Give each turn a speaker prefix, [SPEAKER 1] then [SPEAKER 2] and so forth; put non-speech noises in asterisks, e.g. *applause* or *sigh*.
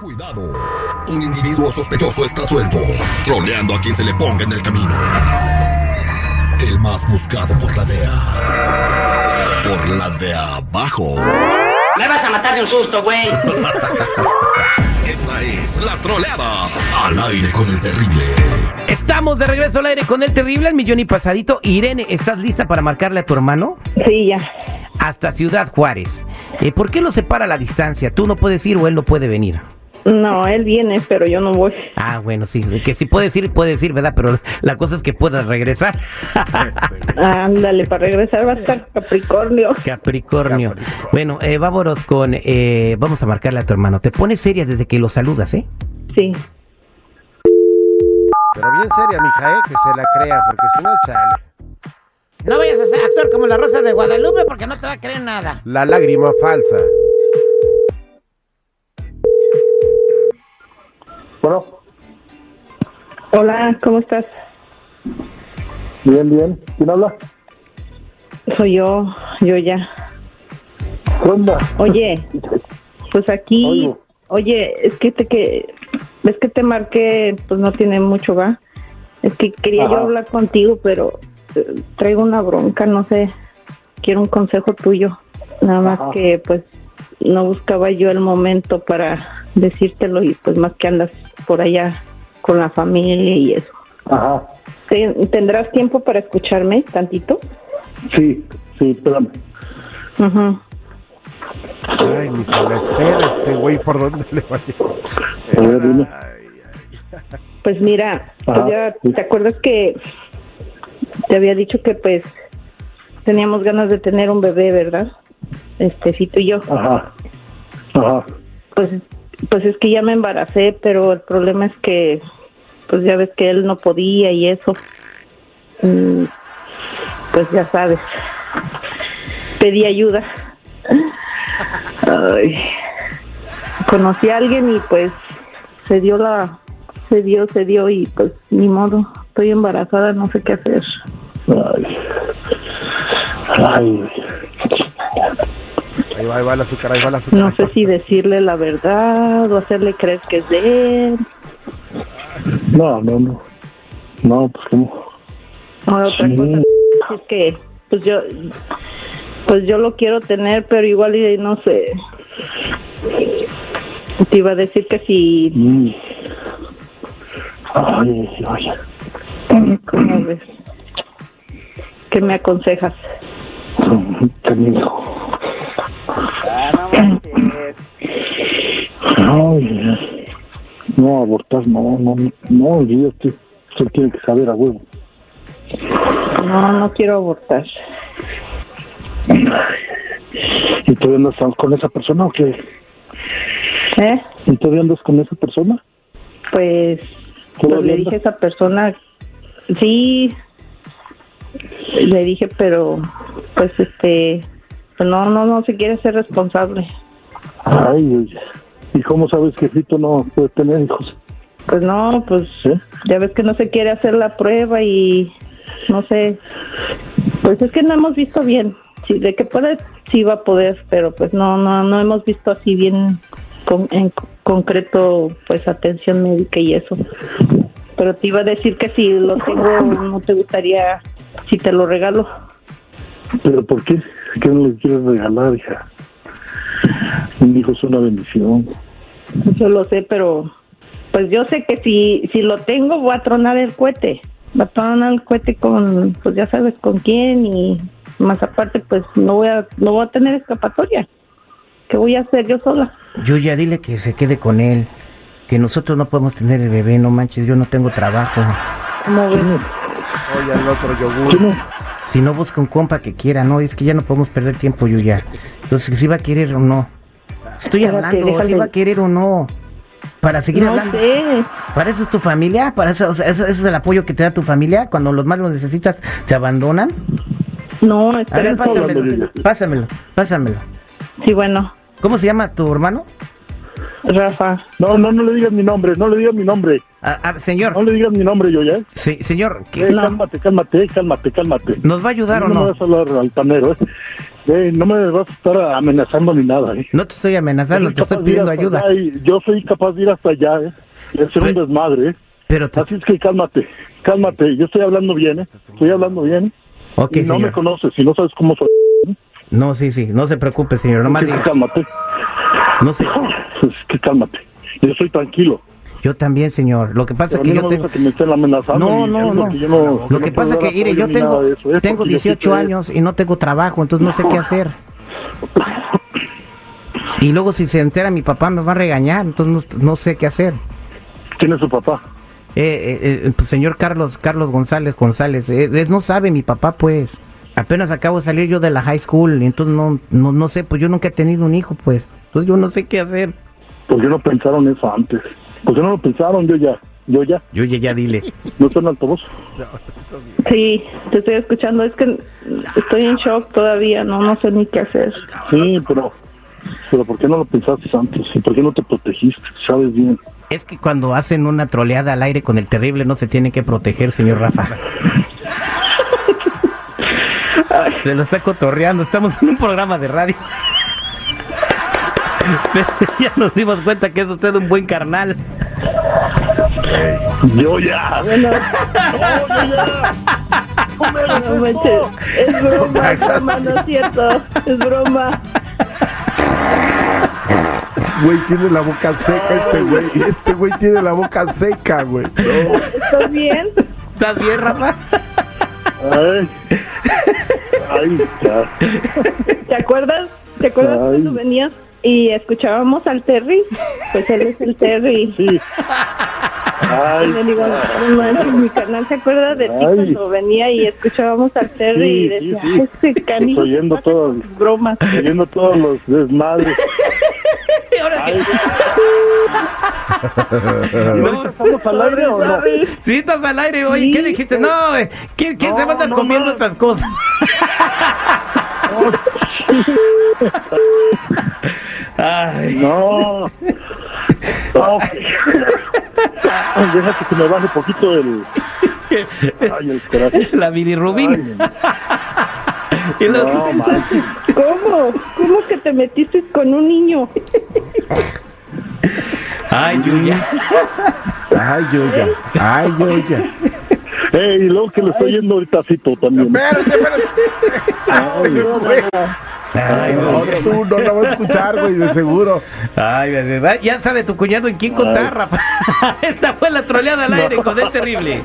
[SPEAKER 1] Cuidado. Un individuo sospechoso está suelto, troleando a quien se le ponga en el camino. El más buscado por la DEA. Por la de abajo.
[SPEAKER 2] Me vas a matar de un susto, güey.
[SPEAKER 1] Esta es la troleada. Al aire con el terrible.
[SPEAKER 3] Estamos de regreso al aire con el terrible al millón y pasadito. Irene, ¿estás lista para marcarle a tu hermano?
[SPEAKER 4] Sí, ya.
[SPEAKER 3] Hasta Ciudad Juárez. Eh, ¿Por qué lo separa la distancia? ¿Tú no puedes ir o él no puede venir?
[SPEAKER 4] No, él viene, pero yo no voy.
[SPEAKER 3] Ah, bueno, sí, que si puedes ir, puedes ir, ¿verdad? Pero la cosa es que puedas regresar.
[SPEAKER 4] Ándale, para regresar va a estar Capricornio.
[SPEAKER 3] Capricornio. Bueno, eh, vámonos con. eh, vamos a marcarle a tu hermano. Te pones seria desde que lo saludas, ¿eh?
[SPEAKER 4] Sí.
[SPEAKER 5] Pero bien seria, mija, ¿eh? Que se la crea, porque si no, chale.
[SPEAKER 6] No vayas a ser actor como la Rosa de Guadalupe porque no te va a creer nada.
[SPEAKER 5] La lágrima falsa.
[SPEAKER 7] Bueno,
[SPEAKER 4] Hola, ¿cómo estás?
[SPEAKER 7] bien, bien. ¿Quién habla?
[SPEAKER 4] Soy yo, yo ya.
[SPEAKER 7] ¿Qué onda?
[SPEAKER 4] Oye, pues aquí,
[SPEAKER 7] Oigo.
[SPEAKER 4] oye, es que te que es que te marqué, pues no tiene mucho, va. Es que quería yo
[SPEAKER 7] Ajá.
[SPEAKER 4] hablar contigo, pero eh, traigo una bronca, no sé. Quiero un consejo tuyo. Nada más
[SPEAKER 7] Ajá.
[SPEAKER 4] que pues no buscaba yo el momento para decírtelo y pues más que andas por allá con la familia y eso.
[SPEAKER 7] Ajá.
[SPEAKER 4] Ten- ¿Tendrás tiempo para escucharme tantito?
[SPEAKER 7] Sí, sí, espérame.
[SPEAKER 4] Ajá.
[SPEAKER 5] Ay, ni se la espera este güey, ¿por dónde le vaya?
[SPEAKER 7] A ver, dime.
[SPEAKER 5] Ay, ay.
[SPEAKER 4] Pues mira, pues
[SPEAKER 7] Ajá,
[SPEAKER 4] ya,
[SPEAKER 7] sí.
[SPEAKER 4] ¿te acuerdas que te había dicho que pues teníamos ganas de tener un bebé, verdad? Este, Fito y yo.
[SPEAKER 7] Ajá. Ajá.
[SPEAKER 4] Pues, pues es que ya me embaracé, pero el problema es que, pues ya ves que él no podía y eso. Mm, pues ya sabes. Pedí ayuda. Ay. Conocí a alguien y pues se dio la, se dio, se dio y pues ni modo. Estoy embarazada, no sé qué hacer.
[SPEAKER 7] Ay. Ay.
[SPEAKER 5] Ahí va, ahí va el azúcar, ahí va el azúcar.
[SPEAKER 4] No sé si decirle la verdad o hacerle creer que es de él.
[SPEAKER 7] No, no, no. No, pues cómo.
[SPEAKER 4] Ahora, otra
[SPEAKER 7] Sí.
[SPEAKER 4] cosa es que pues yo pues yo lo quiero tener, pero igual y no sé. Te iba a decir que si
[SPEAKER 7] Mm. Ay, ay.
[SPEAKER 4] ¿cómo ves? ¿Qué me aconsejas?
[SPEAKER 7] Te digo. Ay, ay. no, abortar, no, no, no, olvídate. Usted tiene que saber a huevo.
[SPEAKER 4] No, no quiero abortar.
[SPEAKER 7] ¿Y todavía andas con esa persona o qué?
[SPEAKER 4] ¿Eh?
[SPEAKER 7] ¿Y todavía andas con esa persona?
[SPEAKER 4] Pues, pues
[SPEAKER 7] ¿Todavía
[SPEAKER 4] le
[SPEAKER 7] andas?
[SPEAKER 4] dije a esa persona, sí, le dije, pero pues este, pues no, no, no se quiere ser responsable.
[SPEAKER 7] Ay, oye. ¿Y cómo sabes que Fito no puede tener hijos?
[SPEAKER 4] Pues no, pues
[SPEAKER 7] ¿Eh?
[SPEAKER 4] ya ves que no se quiere hacer la prueba y no sé. Pues es que no hemos visto bien. Sí, de que puede, sí va a poder, pero pues no, no, no hemos visto así bien con- en c- concreto, pues atención médica y eso. Pero te iba a decir que si lo tengo, no te gustaría si te lo regalo.
[SPEAKER 7] ¿Pero por qué? ¿Qué no le quieres regalar, hija? Un hijo es una bendición.
[SPEAKER 4] Yo lo sé, pero pues yo sé que si, si lo tengo voy a tronar el cohete. Va a tronar el cohete con, pues ya sabes con quién y más aparte pues no voy a, no voy a tener escapatoria. ¿Qué voy a hacer yo sola?
[SPEAKER 3] Yuya, dile que se quede con él. Que nosotros no podemos tener el bebé, no manches, yo no tengo trabajo.
[SPEAKER 4] ¿Cómo ves?
[SPEAKER 5] Oye, el otro
[SPEAKER 7] ¿Qué
[SPEAKER 5] yogur.
[SPEAKER 7] no?
[SPEAKER 3] Si no busca un compa que quiera, no, es que ya no podemos perder tiempo, Yuya. Entonces, si va a querer o no. Estoy
[SPEAKER 4] Espérate,
[SPEAKER 3] hablando, si
[SPEAKER 4] déjale.
[SPEAKER 3] va a querer o no. Para seguir
[SPEAKER 4] No
[SPEAKER 3] hablando.
[SPEAKER 4] sé.
[SPEAKER 3] Para eso es tu familia, para eso, o sea, eso, eso es el apoyo que te da tu familia. Cuando los más lo necesitas, te abandonan.
[SPEAKER 4] No,
[SPEAKER 3] A ver,
[SPEAKER 4] espera.
[SPEAKER 3] pásamelo,
[SPEAKER 7] Yuya.
[SPEAKER 3] pásamelo, pásamelo.
[SPEAKER 4] Sí, bueno.
[SPEAKER 3] ¿Cómo se llama tu hermano?
[SPEAKER 4] Rafa.
[SPEAKER 7] No, no, no le digas mi nombre, no le digas mi nombre.
[SPEAKER 3] Ah, ah,
[SPEAKER 7] No
[SPEAKER 3] señor,
[SPEAKER 7] le digas mi nombre, yo ya. ¿eh?
[SPEAKER 3] se- señor, ¿qué-
[SPEAKER 7] Eh, Cálmate, cálmate, cálmate, cálmate.
[SPEAKER 3] ¿nos va a ayudar o
[SPEAKER 7] no me
[SPEAKER 3] no?
[SPEAKER 7] vas a hablar altanero, ¿eh? Eh, No me vas a estar amenazando ni nada, ¿eh?
[SPEAKER 3] No te estoy amenazando,
[SPEAKER 7] Yo soy
[SPEAKER 3] te
[SPEAKER 7] capaz
[SPEAKER 3] estoy
[SPEAKER 7] de ir
[SPEAKER 3] pidiendo
[SPEAKER 7] hasta
[SPEAKER 3] ayuda. Pues,
[SPEAKER 7] allá y yo soy capaz de ir hasta allá, ¿eh? Y hacer un
[SPEAKER 3] Pero-
[SPEAKER 7] desmadre, ¿eh?
[SPEAKER 3] Pero te...
[SPEAKER 7] Así es que cálmate, cálmate. Yo estoy hablando bien, ¿eh? Estoy hablando bien.
[SPEAKER 3] Ok,
[SPEAKER 7] y no me
[SPEAKER 3] señor.
[SPEAKER 7] conoces y no sabes cómo soy.
[SPEAKER 3] No, sí, sí, no se preocupe, señor. Nomás
[SPEAKER 7] Así que
[SPEAKER 3] diga-
[SPEAKER 7] cálmate.
[SPEAKER 3] No sé.
[SPEAKER 7] Es que cálmate. Yo soy tranquilo.
[SPEAKER 3] Yo también, señor. Lo que pasa es
[SPEAKER 7] Pero a mí
[SPEAKER 3] que
[SPEAKER 7] no
[SPEAKER 3] yo
[SPEAKER 7] me
[SPEAKER 3] tengo...
[SPEAKER 7] gusta que me estén amenazando.
[SPEAKER 3] No,
[SPEAKER 7] ni
[SPEAKER 3] no,
[SPEAKER 7] algo
[SPEAKER 3] no.
[SPEAKER 7] que yo no- yo
[SPEAKER 3] Lo
[SPEAKER 7] no
[SPEAKER 3] que pasa es
[SPEAKER 7] puedo
[SPEAKER 3] que,
[SPEAKER 7] dar
[SPEAKER 3] mire,
[SPEAKER 7] apoyo
[SPEAKER 3] yo
[SPEAKER 7] ni nada
[SPEAKER 3] tengo,
[SPEAKER 7] de eso, ¿eh?
[SPEAKER 3] tengo
[SPEAKER 7] Porque yo
[SPEAKER 3] 18
[SPEAKER 7] siempre-
[SPEAKER 3] años y no tengo trabajo, entonces no sé
[SPEAKER 7] *laughs*
[SPEAKER 3] qué hacer. Y luego si se entera mi papá me va a regañar, entonces no, no sé qué hacer.
[SPEAKER 7] ¿Quién es su papá?
[SPEAKER 3] Eh, eh, eh, pues, señor Carlos, Carlos González González, eh, es- no sabe mi papá pues. Apenas acabo de salir yo de la high school, y entonces no, no, no sé, pues yo nunca he tenido un hijo pues. Entonces yo no sé qué hacer.
[SPEAKER 7] ¿Por qué no pensaron eso antes? ¿Por qué no lo pensaron? Yo ya, yo ya.
[SPEAKER 3] Yo ya, ya dile.
[SPEAKER 7] No soy un altavoz.
[SPEAKER 4] Sí, te estoy escuchando. Es que estoy en shock todavía. No, no sé ni qué hacer.
[SPEAKER 7] Sí, pero, pero ¿por qué no lo pensaste antes? ¿Y por qué no te protegiste? Sabes bien.
[SPEAKER 3] Es que cuando hacen una troleada al aire con el terrible no se tiene que proteger, señor Rafa. Se lo está cotorreando, estamos en un programa de radio. *laughs* Pero ya nos dimos cuenta que es usted un buen carnal.
[SPEAKER 7] Yo ya.
[SPEAKER 4] Bueno,
[SPEAKER 7] No, yo ya. Tú me eres
[SPEAKER 4] no
[SPEAKER 7] un
[SPEAKER 4] manches.
[SPEAKER 7] no.
[SPEAKER 4] Es broma, es broma, no es cierto. Es broma.
[SPEAKER 5] Güey, tiene la boca seca este güey. Este güey tiene la boca seca, güey.
[SPEAKER 4] ¿Estás bien?
[SPEAKER 3] ¿Estás bien, Rafa?
[SPEAKER 7] Ay. Ay, ya.
[SPEAKER 4] ¿Te acuerdas? ¿Te acuerdas
[SPEAKER 7] Ay.
[SPEAKER 4] cuando venías y escuchábamos al Terry? Pues él es el Terry.
[SPEAKER 7] Sí.
[SPEAKER 4] Y
[SPEAKER 7] Ay,
[SPEAKER 4] le digo,
[SPEAKER 7] ya.
[SPEAKER 4] no manches, mi canal se acuerda de ti
[SPEAKER 7] Ay.
[SPEAKER 4] cuando venía y escuchábamos al Terry y
[SPEAKER 7] Sí, sí,
[SPEAKER 4] decía,
[SPEAKER 7] sí.
[SPEAKER 4] este canijo
[SPEAKER 7] Estoy oyendo
[SPEAKER 4] pasa
[SPEAKER 7] todo.
[SPEAKER 4] con sus bromas.
[SPEAKER 7] Viendo todos los
[SPEAKER 4] *laughs*
[SPEAKER 7] desmadres. Ay,
[SPEAKER 3] No.
[SPEAKER 7] ¿Estamos al aire o no?
[SPEAKER 3] Sí, estás al aire, oye, ¿qué dijiste? No, eh, ¿quién, quién se va a estar
[SPEAKER 7] No, no,
[SPEAKER 3] comiendo
[SPEAKER 7] no.
[SPEAKER 3] estas cosas? *laughs* Ay,
[SPEAKER 7] No. No. *laughs* Ay, déjate que me baje
[SPEAKER 4] *laughs*
[SPEAKER 7] poquito el. Ay, el coraje.
[SPEAKER 3] la bilirrubina. Y luego-
[SPEAKER 7] No, manches.
[SPEAKER 4] ¿Cómo? ¿Cómo que te metiste con un niño?
[SPEAKER 3] Ay, Yuya.
[SPEAKER 5] Ay, yo ya. Ay, yo ya.
[SPEAKER 7] Eh, y luego que le estoy yendo ahorita Fito también.
[SPEAKER 5] Espérate, espérate.
[SPEAKER 7] Ay,
[SPEAKER 5] No, güey.
[SPEAKER 3] Ay,
[SPEAKER 5] No,
[SPEAKER 3] Yuya.
[SPEAKER 5] tú no la vas a escuchar, güey, de seguro.
[SPEAKER 3] Ay, bebé, *laughs* va- ya sabe tu cuñado en quién contar, Rafa. Esta fue la troleada al aire con el terrible.